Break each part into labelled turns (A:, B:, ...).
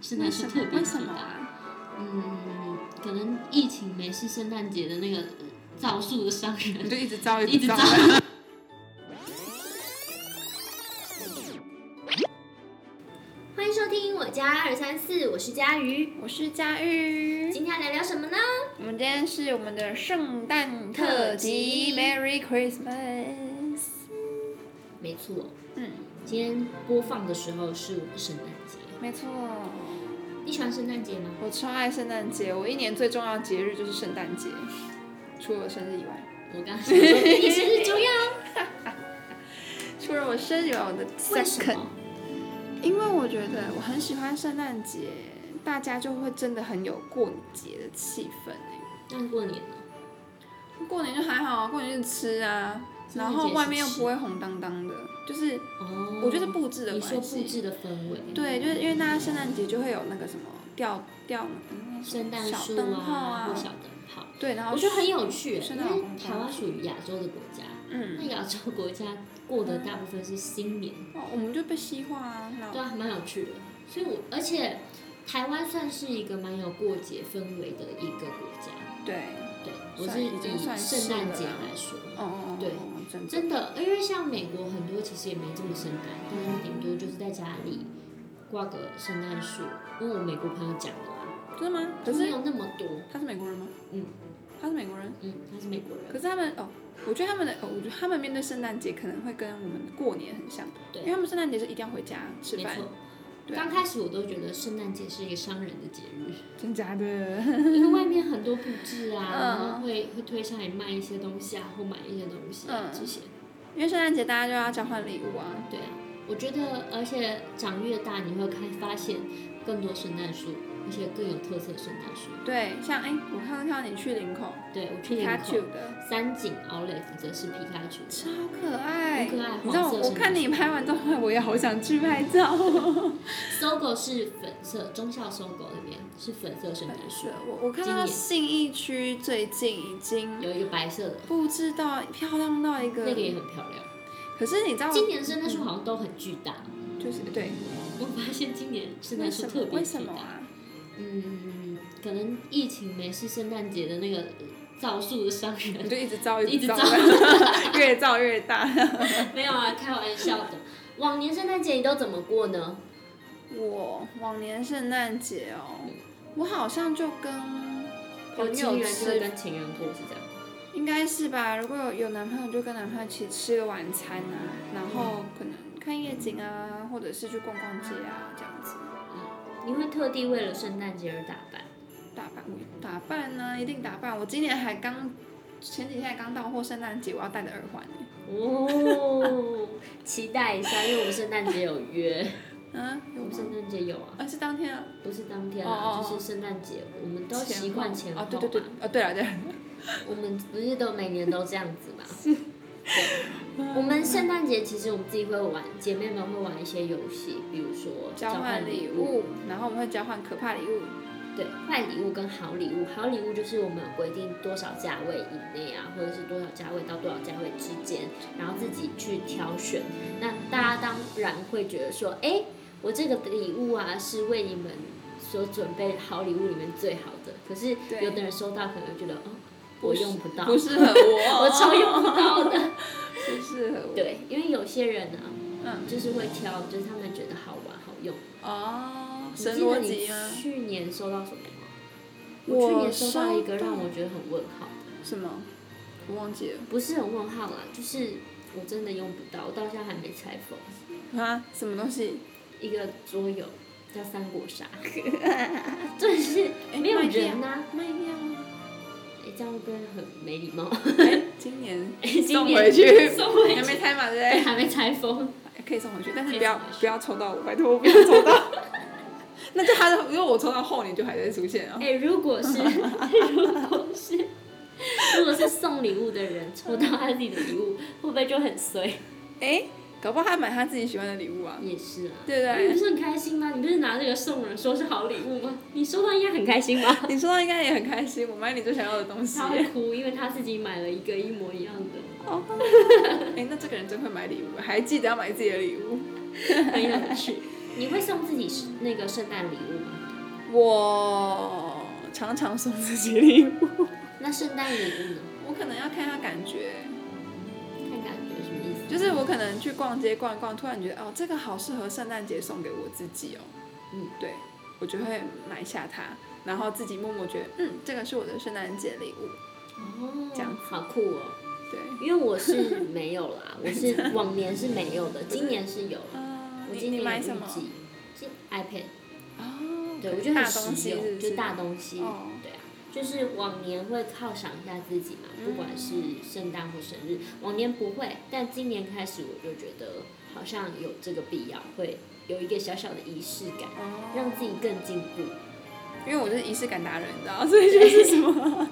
A: 圣诞是特别
B: 为
A: 巨
B: 什么
A: 大。
B: 啊？
A: 嗯，可能疫情没事，圣诞节的那个呃造树的商
B: 你
A: 人
B: 就一直招，
A: 一直
B: 招
A: 造。。
C: 欢迎收听我家二三四，我是佳瑜。
B: 我是佳玉，
C: 今天要来聊什么呢？
B: 我们今天是我们的圣诞
C: 特
B: 特辑
C: 辑
B: ，Merry Christmas。
C: 没错，
B: 嗯，
C: 今天播放的时候是我们圣诞节。
B: 没错，
C: 你喜欢圣诞节吗？
B: 我超爱圣诞节，我一年最重要的节日就是圣诞节，除了我生日以外，
C: 我刚刚说你生日重要，
B: 除了我生日以外，我的
C: 为什
B: second
C: 么？
B: 因为我觉得我很喜欢圣诞节，大家就会真的很有过节的气氛欸
C: 那过年呢？
B: 过年就还好啊，过年就吃啊，然后外面又不会红当当的，就是
C: 哦，
B: 我觉得是布置的
C: 你说
B: 关
C: 布
B: 系。
C: 置的氛围，
B: 对，就是因为大家圣诞节就会有那个什么吊吊嗯
C: 圣诞
B: 小
C: 树
B: 灯泡
C: 啊，或
B: 啊，
C: 小灯泡，
B: 对，然后
C: 我觉得很有趣。
B: 圣
C: 因
B: 诞老公
C: 为
B: 公
C: 台湾属于亚洲的国家，
B: 嗯，
C: 那亚洲国家过的大部分是新年，
B: 哦我们就被西化啊，那
C: 对啊，还蛮有趣的。所以我，而且台湾算是一个蛮有过节氛围的一个国家。
B: 对，
C: 对，我
B: 算
C: 是
B: 已经
C: 以
B: 算是
C: 圣诞节
B: 了啦
C: 来说，
B: 哦哦，
C: 对
B: 哦，真的，
C: 真的，因为像美国很多其实也没这么圣诞，但是顶多就是在家里挂个圣诞树。因为我美国朋友讲的啦，
B: 真的吗？可
C: 就没
B: 是
C: 有那么多。
B: 他是美国人吗？
C: 嗯，
B: 他是美国人。
C: 嗯，他是美国人，
B: 可是他们哦，我觉得他们的哦，我觉得他们面对圣诞节可能会跟我们的过年很像，
C: 对
B: 因为他们圣诞节是一定要回家吃
C: 没
B: 饭，
C: 错。
B: 对啊
C: 刚开始我都觉得圣诞节是一个商人的节日，
B: 真假的？
C: 因为外面很多布置啊，
B: 嗯
C: 然后会会推上来卖一些东西啊，或买一些东西啊
B: 嗯
C: 这些。
B: 因为圣诞节大家就要交换礼物啊，
C: 对啊，我觉得，而且长越大，你会开发现更多圣诞树，而且更有特色的圣诞树。
B: 对，像哎，我刚刚看到你去林口
C: 对我去
B: 皮卡
C: 林
B: 丘
C: 口
B: 的，
C: 三井 Outlet 则是皮卡丘，
B: 超可爱，
C: 很可爱
B: 你知道
C: 黄色
B: 我
C: 圣
B: 我看
C: 诞
B: 你
C: 树
B: 拍完照 后，我也好想去拍照。
C: 搜狗是粉色，中校搜狗那边是粉色圣诞树
B: 是，我我看
C: 今
B: 到
C: 年
B: 信义区最近已经
C: 有一个白色的，
B: 布置到漂亮到一个，
C: 那个也很漂亮。
B: 可是你知道
C: 今年圣
B: 嗯
C: 诞树好像都很巨大，
B: 就是对，
C: 我发现今年圣
B: 为
C: 诞树
B: 什
C: 特
B: 么
C: 别
B: 为什
C: 巨
B: 么
C: 大。
B: 啊？
C: 嗯，可能疫情没事，圣诞节的那个呃造树的商人
B: 你就一 直造，
C: 一直
B: 造
C: 造，
B: 越造越大。
C: 没有啊，开玩笑的。往年圣诞节你都怎么过呢？
B: 我往年圣诞节
C: 嗯
B: 哦，我好像就跟
C: 有
B: 朋
C: 情人
B: 友
C: 就会
B: 吃，
C: 跟情人过是这样。
B: 应该是吧？如果有有男朋友，就跟男朋友一起吃个晚餐啊，然后可能看夜景啊，或者是去逛逛街啊，这样子。
C: 你会特地为了圣诞节而打扮？
B: 打扮，我打扮呢、一定打扮。我今年还刚，前几天还刚到货圣诞节，我要戴的耳环呢。
C: 哦，期待一下，因为我们圣诞节有 约，
B: 嗯，
C: 我
B: 有
C: 们
B: 吗？
C: 圣诞节有啊，
B: 啊，是当天啊，
C: 不是当天
B: 哦
C: 啊，
B: 哦哦
C: 就是圣诞节，我们都习惯前后
B: 哦
C: 嘛，，
B: 对对对，哦，对了对了，
C: 我们不是都每年都这样子 嘛？对，我们圣诞节其实我们自己会玩，姐妹们会玩一些游戏，比如说
B: 交换礼物，然后我们会交换可怕礼物。
C: 对，坏礼物跟好礼物，好礼物就是我们有规定多少价位以内啊，或者是多少价位到多少价位之间，然后自己去挑选。那大家当然会觉得说，哎，我这个礼物啊是为你们所准备好礼物里面最好的。可是
B: 对
C: 有的人收到可能觉得，哦，我用不到，
B: 不适合 我，
C: 我超用不到的。
B: 哦不适合 我。，
C: 对，因为有些人呢、
B: 嗯，
C: 就是会挑，就是他们觉得好玩好用。
B: 哦，
C: 你
B: 神
C: 记得
B: 逻辑
C: 你
B: 吗？
C: 去年收到什么吗？
B: 我
C: 我去年收到一个
B: 收到
C: 让我觉得很问号，
B: 什么？我忘记了
C: 不是很问号啦，就是我真的用不到，我到现在还没拆封。
B: 啊？什么东西？
C: 一个桌游叫三国 杀，就是没有
B: 哎卖掉
C: 人呐、
B: 卖掉啊？
C: 诶这样会不会很没礼 貌？
B: 哎，今年
C: 今
B: 送
C: 年
B: 回 去，哦
C: 送回
B: 还
C: 去，
B: 没拆嘛，对不
C: 对
B: 对？
C: 还没拆封。
B: 可以送回去，但是
C: 可以
B: 不要
C: 送回去
B: 不要抽到我，拜托我不要抽 到。那就他的，如果我抽到后年就还在出现啊。
C: 哎、如果是 如果是 如果是送礼物的人抽到他自己的礼物，会不会就很衰？
B: 哎，搞不好他买他自己喜欢的礼物 啊。
C: 也是啊，
B: 对不对
C: 你不是很开心吗？你不是拿这个送人，说是好礼物吗？你收到应该很开心 吧？
B: 你说到应该也很开心，我买你最想要的东西。
C: 他 会哭，因为他自己买了一个一模一样的，
B: 哎，那这个人真会买礼物，还记得要买自己的礼物。
C: 很有趣。你会送自己是那个圣诞礼物吗？
B: 我常常送自己礼物，
C: 那圣诞礼物呢？
B: 我可能要看他感觉，
C: 看感觉什么意思？
B: 就是我可能去逛街逛一逛，突然觉得哦，这个好适合圣诞节送给我自己哦，
C: 嗯，
B: 对，我就会买下它，然后自己默默觉得，嗯，这个是我的圣诞节礼物，
C: 哦，
B: 这样子
C: 好酷哦。
B: 对，
C: 因为我是没有 啦，我是往年是没有的，今年是有了。
B: 啊、
C: 嗯我
B: 你
C: 今
B: 你买
C: 年有
B: 什
C: 预
B: 么？
C: 计，今 iPad，
B: 哦，
C: 对
B: 可
C: 我
B: 以
C: 觉得
B: 大
C: 很
B: 东
C: 实
B: 西是
C: 用，
B: 不
C: 就是大东西，
B: 哦
C: 对啊，就是往年会犒赏一下自己嘛，不管
B: 嗯
C: 是圣诞或生日，往年不会，但今年开始我就觉得好像有这个必要，会有一个小小的仪式感，
B: 哦
C: 让自己更进步。
B: 因为我就是仪式感达人，你知道，所以就是 什么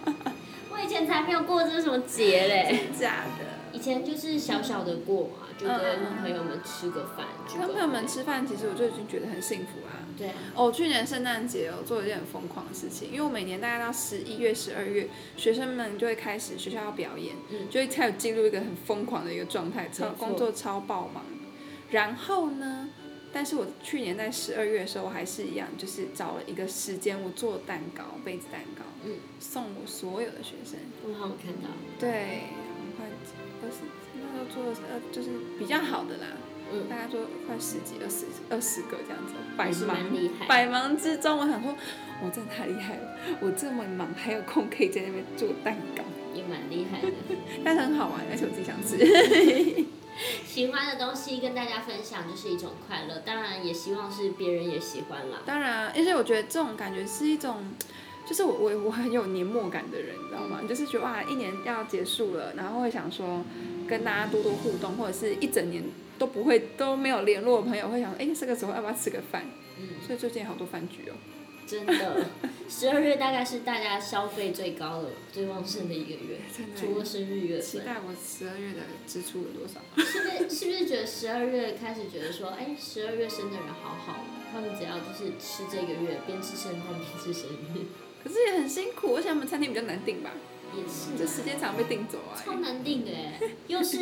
C: 我以前才没有过这什么节嘞，
B: 假的。
C: 以前就是小小的过嘛，就
B: 嗯
C: 跟朋友们吃个饭，聚个
B: 跟朋友们
C: 会
B: 吃饭，其实我就已经觉得很幸福啊。
C: 对啊，
B: 哦，去年圣诞节我做了一件很疯狂的事情，因为我每年大概到十一月、十二月，学生们就会开始学校要表演，
C: 嗯
B: 就会开始进入一个很疯狂的一个状态，超
C: 没错
B: 工作超爆忙。然后呢，但是我去年在十二月的时候，我还是一样，就是找了一个时间，我做蛋糕，杯子蛋糕，
C: 嗯
B: 送我所有的学生，
C: 我好像看到，
B: 对，快二十，那就做呃，就是比较好的啦，
C: 嗯，
B: 大概做快十几、二十、二十个这样子，百
C: 还是
B: 忙
C: 蛮厉害的。
B: 百忙之中，我想说，我真的太厉害了，我这么忙还有空可以在那边做蛋糕，
C: 也蛮厉害的。
B: 但是很好玩，而且我自己想吃。
C: 喜欢的东西跟大家分享就是一种快乐，当然也希望是别人也喜欢啦。
B: 当然，而且我觉得这种感觉是一种，就是我我我很有年末感的人，你知道吗？就是觉得哇，一年要结束了，然后会想说跟大家多多互动，或者是一整年都不会都没有联络的朋友，会想说，哎、这个时候要不要吃个饭？
C: 嗯，
B: 所以最近好多饭局哦。
C: 真的，十二月大概是大家消费最高的、最旺盛的一个月，
B: 真的
C: 除了生日月
B: 期
C: 份。
B: 待我十二月的支出有多少？
C: 是不是是不是觉得十二月开始觉得说，哎，十二月生的人好好，他们只要就是吃这个月，边吃圣诞边吃生日，
B: 可是也很辛苦，而且他们餐厅比较难订吧，
C: 也是
B: 这
C: 啊
B: 时间常被订走啊、
C: 超难定的 哎，又是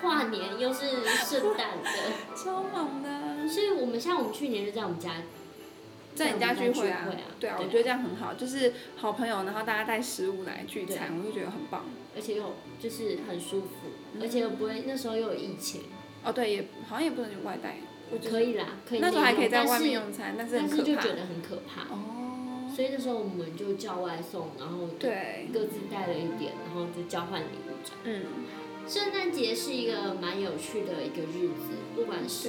C: 跨年又是圣诞的。
B: 超忙的啊。
C: 所以我们像我们去年就在我们家，
B: 在你家聚会啊
C: 在我们家聚会啊，
B: 对啊，我
C: 对啊
B: 觉得这样很好，就是好朋友，然后大家带食物来聚餐，我就觉得很棒。
C: 而且又就是很舒服，
B: 嗯
C: 而且又不会那时候又有疫情，
B: 哦，对，也好像也不能外带，我觉
C: 可
B: 得
C: 以啦，可以
B: 那时候还可以在外面
C: 用，
B: 用餐，但是
C: 但
B: 很
C: 是但是
B: 可
C: 就
B: 怕
C: 觉。得很可怕，
B: 哦，
C: 所以那时候我们就叫外送，然后
B: 对，
C: 各自带了一点，然后就交换礼物这样。
B: 嗯，
C: 圣诞节是一个蛮有趣的一个日子，不管是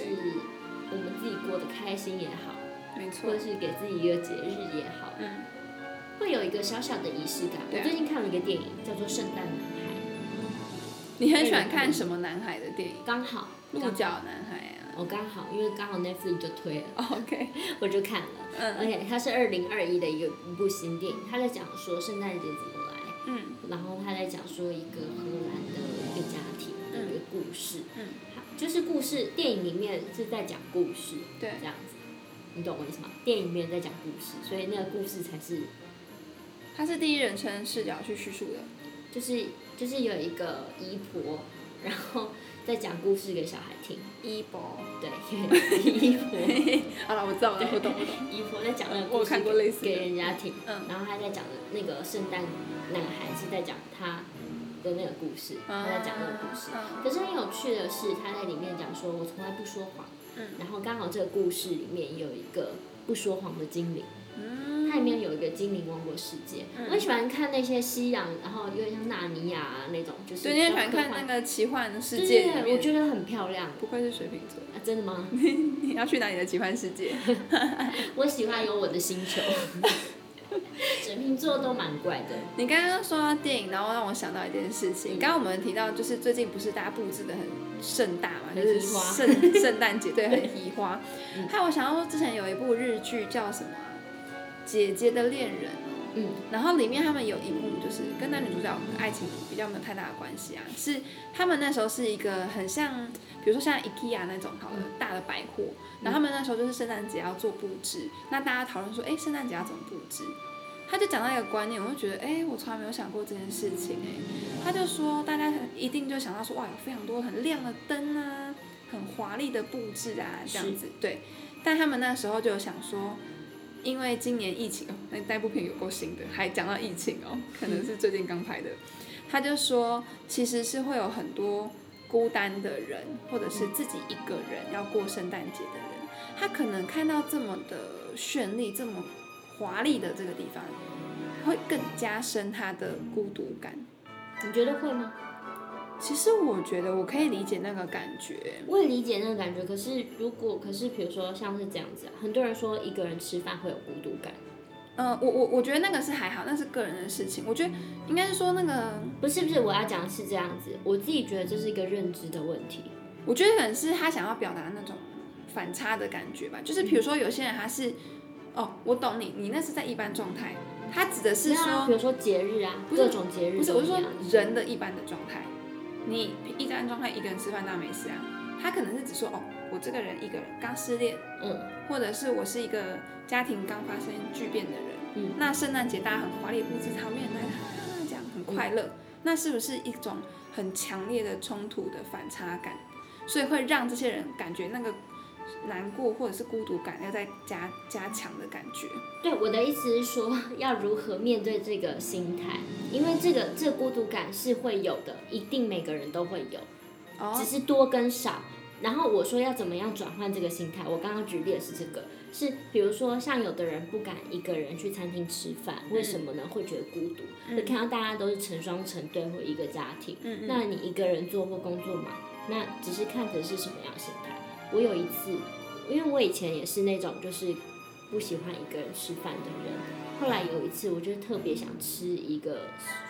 C: 我们自己过得开心也好，
B: 没错
C: 或者，是给自己一个节日也好，
B: 嗯，
C: 会有一个小小的仪式感。我
B: 对啊
C: 最近看了一个电影，叫做《圣诞男孩》。
B: 你很喜欢看什么男孩的电影？
C: 刚好，
B: 鹿角男孩啊。
C: 我刚好，因为刚好 Netflix 就推了，
B: 哦 OK，
C: 我就看了。而
B: 嗯
C: 且它是二零二一的一个一部新电影，它在讲说圣诞节怎么来，
B: 嗯
C: 然后它在讲说一个荷兰的一个家庭的一个故事，
B: 嗯，
C: 它就是故事电影里面是在讲故事
B: 对
C: 这，样子，你懂我意思吗？电影里面在讲故事，所以那个故事才是
B: 他是第一人称视角去叙述的。
C: 就是就是有一个姨婆，然后在讲故事给小孩听，
B: 一博，
C: 对，姨婆。
B: 好了，我知道了， 我懂我懂。
C: 姨婆在讲那个
B: 我
C: 故
B: 有
C: 事
B: 看过类似的
C: 给人家听，
B: 嗯
C: 然后他在讲的那个圣诞男孩是在讲他的那个故事，他在讲那个故事。
B: 嗯
C: 可是很有趣的是，他在里面讲说，我从来不说谎。
B: 嗯
C: 然后刚好这个故事里面有一个不说谎的精灵，
B: 嗯
C: 它里面有一个精灵王国世界。
B: 嗯
C: 我很喜欢看那些西洋，然后有点像纳尼亚啊那种，就是
B: 对，你很喜欢
C: 比较
B: 看
C: 科幻
B: 那个奇幻世界里
C: 对，
B: 面，
C: 我觉得很漂亮。
B: 不愧是水瓶座。
C: 啊，真的 吗？
B: 你要去哪里的奇幻世界？
C: 我喜欢有我的星球。水瓶座都蛮怪的，
B: 你刚刚说到电影，然后让我想到一件事情。刚刚我们提到，就是最近不是大家布置的很盛大嘛，
C: 很
B: 就是
C: 移花
B: 圣 圣诞节，对， 很移花
C: 嗯。
B: 还有我想到之前有一部日剧叫什么啊、姐姐的恋人》，哦
C: 嗯，
B: 然后里面他们有一幕就是跟男女主角爱情比较没有太大的关系啊，是他们那时候是一个很像，比如说像 IKEA 那种好了大的百货，然后他们那时候就是圣诞节要做布置，那大家讨论说，哎，圣诞节要怎么布置？他就讲到一个观念，我就觉得，哎，我从来没有想过这件事情、哎，他就说大家一定就想到说，哇，有非常多很亮的灯啊，很华丽的布置啊，这样
C: 是
B: 子对。但他们那时候就有想说，因为今年疫情，哦、那那部片有够新的，还讲到疫情哦，可能是最近刚拍的。他就说，其实是会有很多孤单的人，或者是自己一个人要过圣诞节的人，他可能看到这么的绚丽、这么华丽的这个地方，会更加深他的孤独感。
C: 你觉得会吗？
B: 其实我觉得我可以理解那个感觉，
C: 我也理解那个感觉，可是如果可是比如说像是这样子、啊，很多人说一个人吃饭会有孤独感，
B: 呃，我我我觉得那个是还好，那是个人的事情。我觉得应该是说那个，
C: 不是不是，我要讲的是这样子，我自己觉得这是一个认知的问题。
B: 我觉得可能是他想要表达那种反差的感觉吧。就是比如说有些人他是，哦，我懂你，你那是在一般状态，他指的是
C: 没有啊比
B: 说，
C: 如说节日啊，
B: 不是
C: 各种节日
B: 不是，
C: 都
B: 我
C: 一
B: 是说
C: 样。
B: 人的一般的状态，你一般状态一个人吃饭那没事啊。他可能是指说，哦，我这个人一个人刚失恋，
C: 嗯，
B: 或者是我是一个家庭刚发生巨变的人，
C: 嗯
B: 那圣诞节大家很华丽布置场面，大家这样很快乐，那是不是一种很强烈的冲突的反差感？所以会让这些人感觉那个难过或者是孤独感要再加加强的感觉。
C: 对，我的意思是说，要如何面对这个心态，因为这个这孤独感是会有的，一定每个人都会有。只
B: 哦，
C: 是多跟少。然后我说要怎么样转换这个心态，我刚刚举例的是这个，是比如说像有的人不敢一个人去餐厅吃饭，为什么呢？
B: 嗯
C: 会觉得孤独，会看到大家都是成双成对或一个家庭，
B: 嗯嗯
C: 那你一个人做或工作嘛，那只是看着是什么样的心态。我有一次，因为我以前也是那种就是不喜欢一个人吃饭的人，后来有一次我就特别想吃一个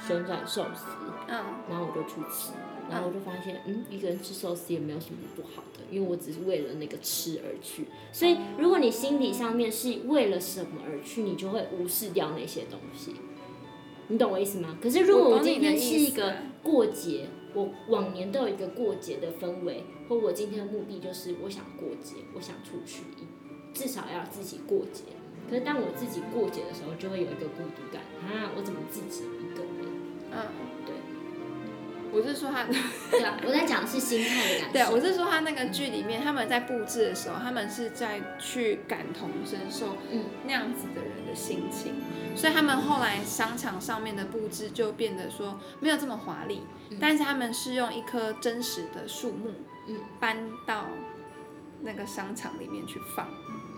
C: 旋转寿司，
B: 嗯，
C: 然后我就去吃，然后我就发现，嗯，一个人吃寿司也没有什么不好的，因为我只是为了那个吃而去。所以，如果你心理上面是为了什么而去，你就会无视掉那些东西，你懂我意思吗？可是如果
B: 我
C: 我
B: 懂
C: 今
B: 你的
C: 天
B: 意
C: 是一
B: 思
C: 个
B: 啊
C: 过节，我往年都有一个过节的氛围，或我今天的目的就是我想过节，我想出去，至少要自己过节。可是当我自己过节的时候，就会有一个孤独感啊！我怎么自己一个人？
B: 嗯，
C: 对。
B: 我是说他，
C: 对啊，我在讲的是心态的感受。
B: 对，啊我是说他那个剧里面，他们在布置的时候，他们是在去感同身受
C: 嗯
B: 那样子的人的心情，所以他们后来商场上面的布置就变得说没有这么华丽，但是他们是用一棵真实的树木，
C: 嗯，
B: 搬到那个商场里面去放，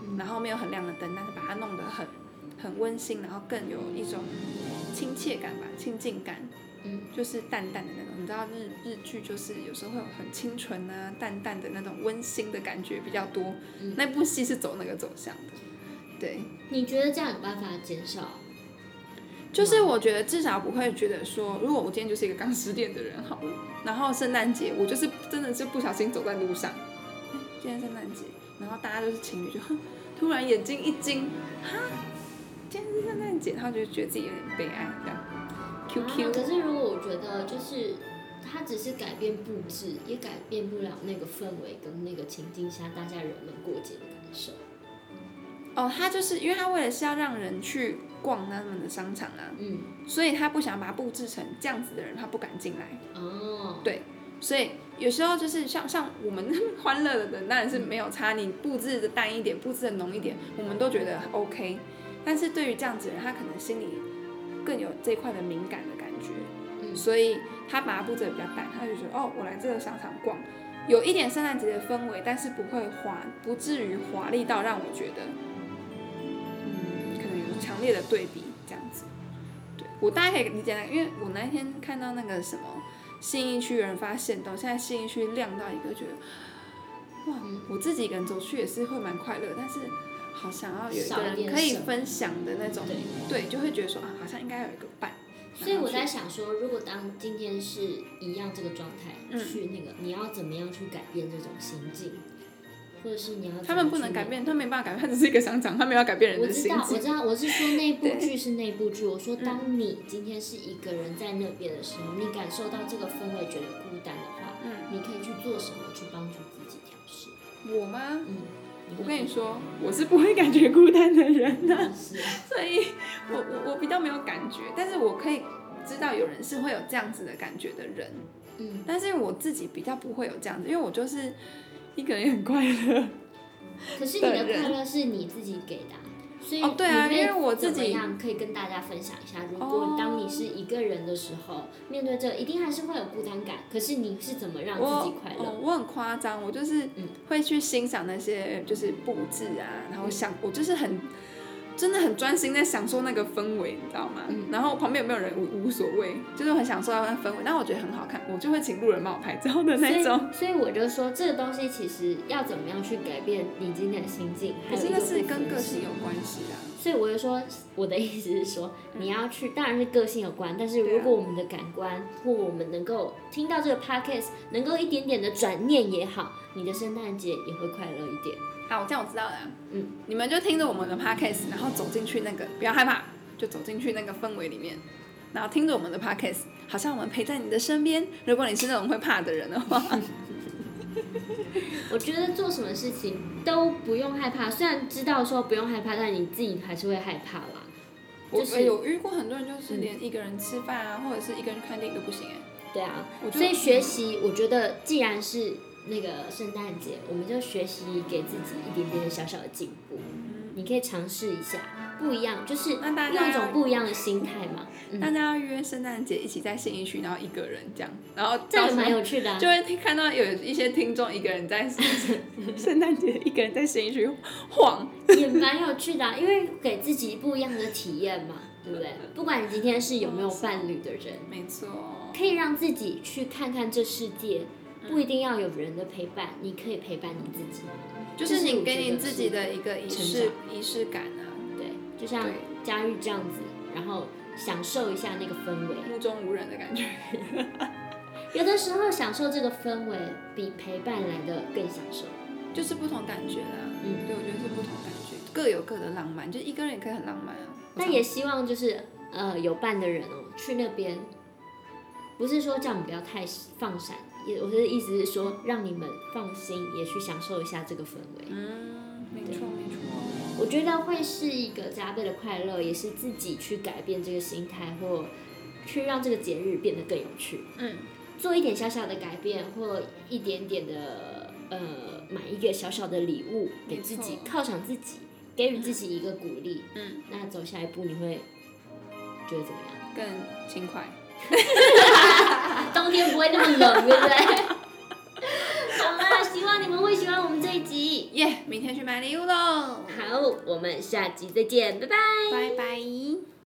C: 嗯
B: 然后没有很亮的灯，但是把它弄得很很温馨，然后更有一种亲切感吧，亲近感。
C: 嗯，
B: 就是淡淡的那种，你知道日日剧就是有时候会有很清纯啊、淡淡的那种温馨的感觉比较多。
C: 嗯
B: 那部戏是走那个走向的，对。
C: 你觉得这样有办法减少？
B: 就是我觉得至少不会觉得说，如果我今天就是一个刚失恋的人好了，然后圣诞节我就是真的是不小心走在路上，哎今天圣诞节，然后大家都是情侣，就哼突然眼睛一惊，哈，今天是圣诞节，然后就觉得自己有点悲哀这样。Q
C: 啊
B: Q，
C: 可是如果我觉得就是。它只是改变布置，也改变不了那个氛围跟那个情境下大家人们过节的感受。
B: 哦，他就是因为他为了是要让人去逛他们的商场啊，
C: 嗯，
B: 所以他不想把它布置成这样子的人，他不敢进来。
C: 哦，
B: 所以有时候就是像像我们 欢乐的人，当然是没有差。你布置的淡一点，布置的浓一点，我们都觉得 OK。但是对于这样子的人，他可能心里更有这块的敏感的感觉，
C: 嗯
B: 所以他把它布置的比较淡，他就觉得哦，我来这个商场逛，有一点圣诞节的氛围，但是不会华，不至于华丽到让我觉得，嗯，可能有强烈的对比这样子。对我大概可以理解那个，因为我那天看到那个什么。信义区有人发现到，现在信义区亮到一个，觉得哇，我自己一个人走去也是会蛮快乐，但是好想要有一个
C: 少一点
B: 人可以
C: 什么
B: 分享的那种，
C: 对。
B: 对，就会觉得说啊，好像应该有一个伴。
C: 所以我
B: 然
C: 在
B: 后
C: 想说，如果当今天是一样这个状态、
B: 嗯
C: 去那个，你要怎么样去改变这种心境，或者是你要
B: 去他们不能改。变，他们没办法改变，他只是一个商场，他没有要改变人
C: 我
B: 的
C: 知
B: 心
C: 道，我
B: 情。
C: 知道，我是说那部
B: 对嗯
C: 剧是那部剧。我说，当你今天是一个人在那边的时候，你感受到这个氛围，觉得孤单的话，
B: 嗯，
C: 你可以去做什么去帮助自己调试？
B: 我吗？
C: 嗯，
B: 我
C: 会
B: 跟你说，我是不会感觉孤单的人的、
C: 是
B: 所以我我我比较没有感觉，但是我可以知道有人是会有这样子的感觉的人。
C: 嗯
B: 但是我自己比较不会有这样子，因为我就是一个人也很快乐。
C: 可是你的
B: 本人
C: 快乐是你自己给的啊、所以
B: 哦对 啊
C: 你会
B: 因为我自己
C: 怎么样可以跟大家分享一下，如果
B: 哦
C: 当你是一个人的时候，面对这一定还是会有孤单感，可是你是怎么让自己快
B: 哦
C: 乐？
B: 我很夸张，我就是
C: 嗯
B: 会去欣赏那些就是布置啊，然后想我就是很真的很专心在享受那个氛围，你知道吗？
C: 嗯
B: 然后旁边有没有人无无所谓，就是很享受到那氛围，但我觉得很好看，我就会请路人帮我拍照的 那种。
C: 所以，所以我就说，这个东西其实要怎么样去改变你今天的心境，还
B: 可
C: 有
B: 是
C: 一
B: 那
C: 个
B: 是
C: 部分
B: 跟个
C: 是
B: 性有关系啊的、
C: 所以我就说，我的意思是说，你要去，当然是个性有关，但是
B: 嗯对啊
C: 如果我们的感官或我们能够听到这个 podcast，能够一点点的转念也好，你的圣诞节也会快乐一 点。
B: 好，这样我知道了。
C: 嗯，
B: 你们就听着我们的 podcast，然后走进去那个，不要害怕，就走进去那个氛围里面，然后听着我们的 podcast，好像我们陪在你的身边。如果你是那种会怕的人的话，
C: 我觉得做什么事情都不用害怕，虽然知道说不用害怕，但你自己还是会害怕啦。
B: 我
C: 就是
B: 我有遇过很多人，就是连一个人吃饭啊，或者是一个人去看电影都不行哎、
C: 对啊，
B: 我就
C: 所以学习，我觉得既然是那个圣诞节，我们就学习给自己一点点小小的进步。
B: 嗯
C: 你可以尝试一下不一样，就是
B: 那大家
C: 用一种不一样的心态 嘛。嗯，
B: 大家要约圣诞节一起在信义区，然后一个人这样，然后
C: 这
B: 到
C: 样也
B: 时
C: 蛮
B: 候
C: 有趣的、啊
B: 就。会听看到有一些听众一个人 在圣诞节一个人在信义区晃，
C: 也蛮有趣的啊、因为给自己不一样的体验嘛，对不对？不管你今天是有没有伴侣的人，
B: 没错。
C: 可以让自己去看看这世界，
B: 嗯
C: 不一定要有人的陪伴，你可以陪伴你自己。
B: 就是
C: 这是
B: 你
C: 我
B: 给
C: 觉
B: 你
C: 得
B: 自
C: 是
B: 己的一个仪
C: 成
B: 式仪式感啊，
C: 对，就像
B: 对
C: 佳玉这样子，然后享受一下那个氛围。
B: 目中无人的感觉。
C: 有的时候享受这个氛围比陪伴来的更享受。
B: 就是不同感觉啦。
C: 嗯
B: 对，我觉得是不同感觉，各有各的浪漫，就一个人也可以很浪漫啊。
C: 但也希望就是呃有伴的人哦，去那边，不是说叫我们不要太放闪，也我的意思是说让你们放心，也去享受一下这个氛围。
B: 嗯，没错没错。
C: 我觉得会是一个加倍的快乐，也是自己去改变这个心态，或去让这个节日变得更有趣，
B: 嗯，
C: 做一点小小的改变，或一点点的呃买一个小小的礼物给自己
B: 没，错
C: 犒赏自己，给予自己一个鼓励。
B: 嗯，
C: 那走下一步你会觉得怎么样？啊
B: 更轻快。
C: 冬天不会那么冷，对不 对？好啦，希望你们会喜欢我们这一集。
B: 耶、明天去买礼物喽，
C: 好，我们下集再见，拜拜。
B: 拜拜。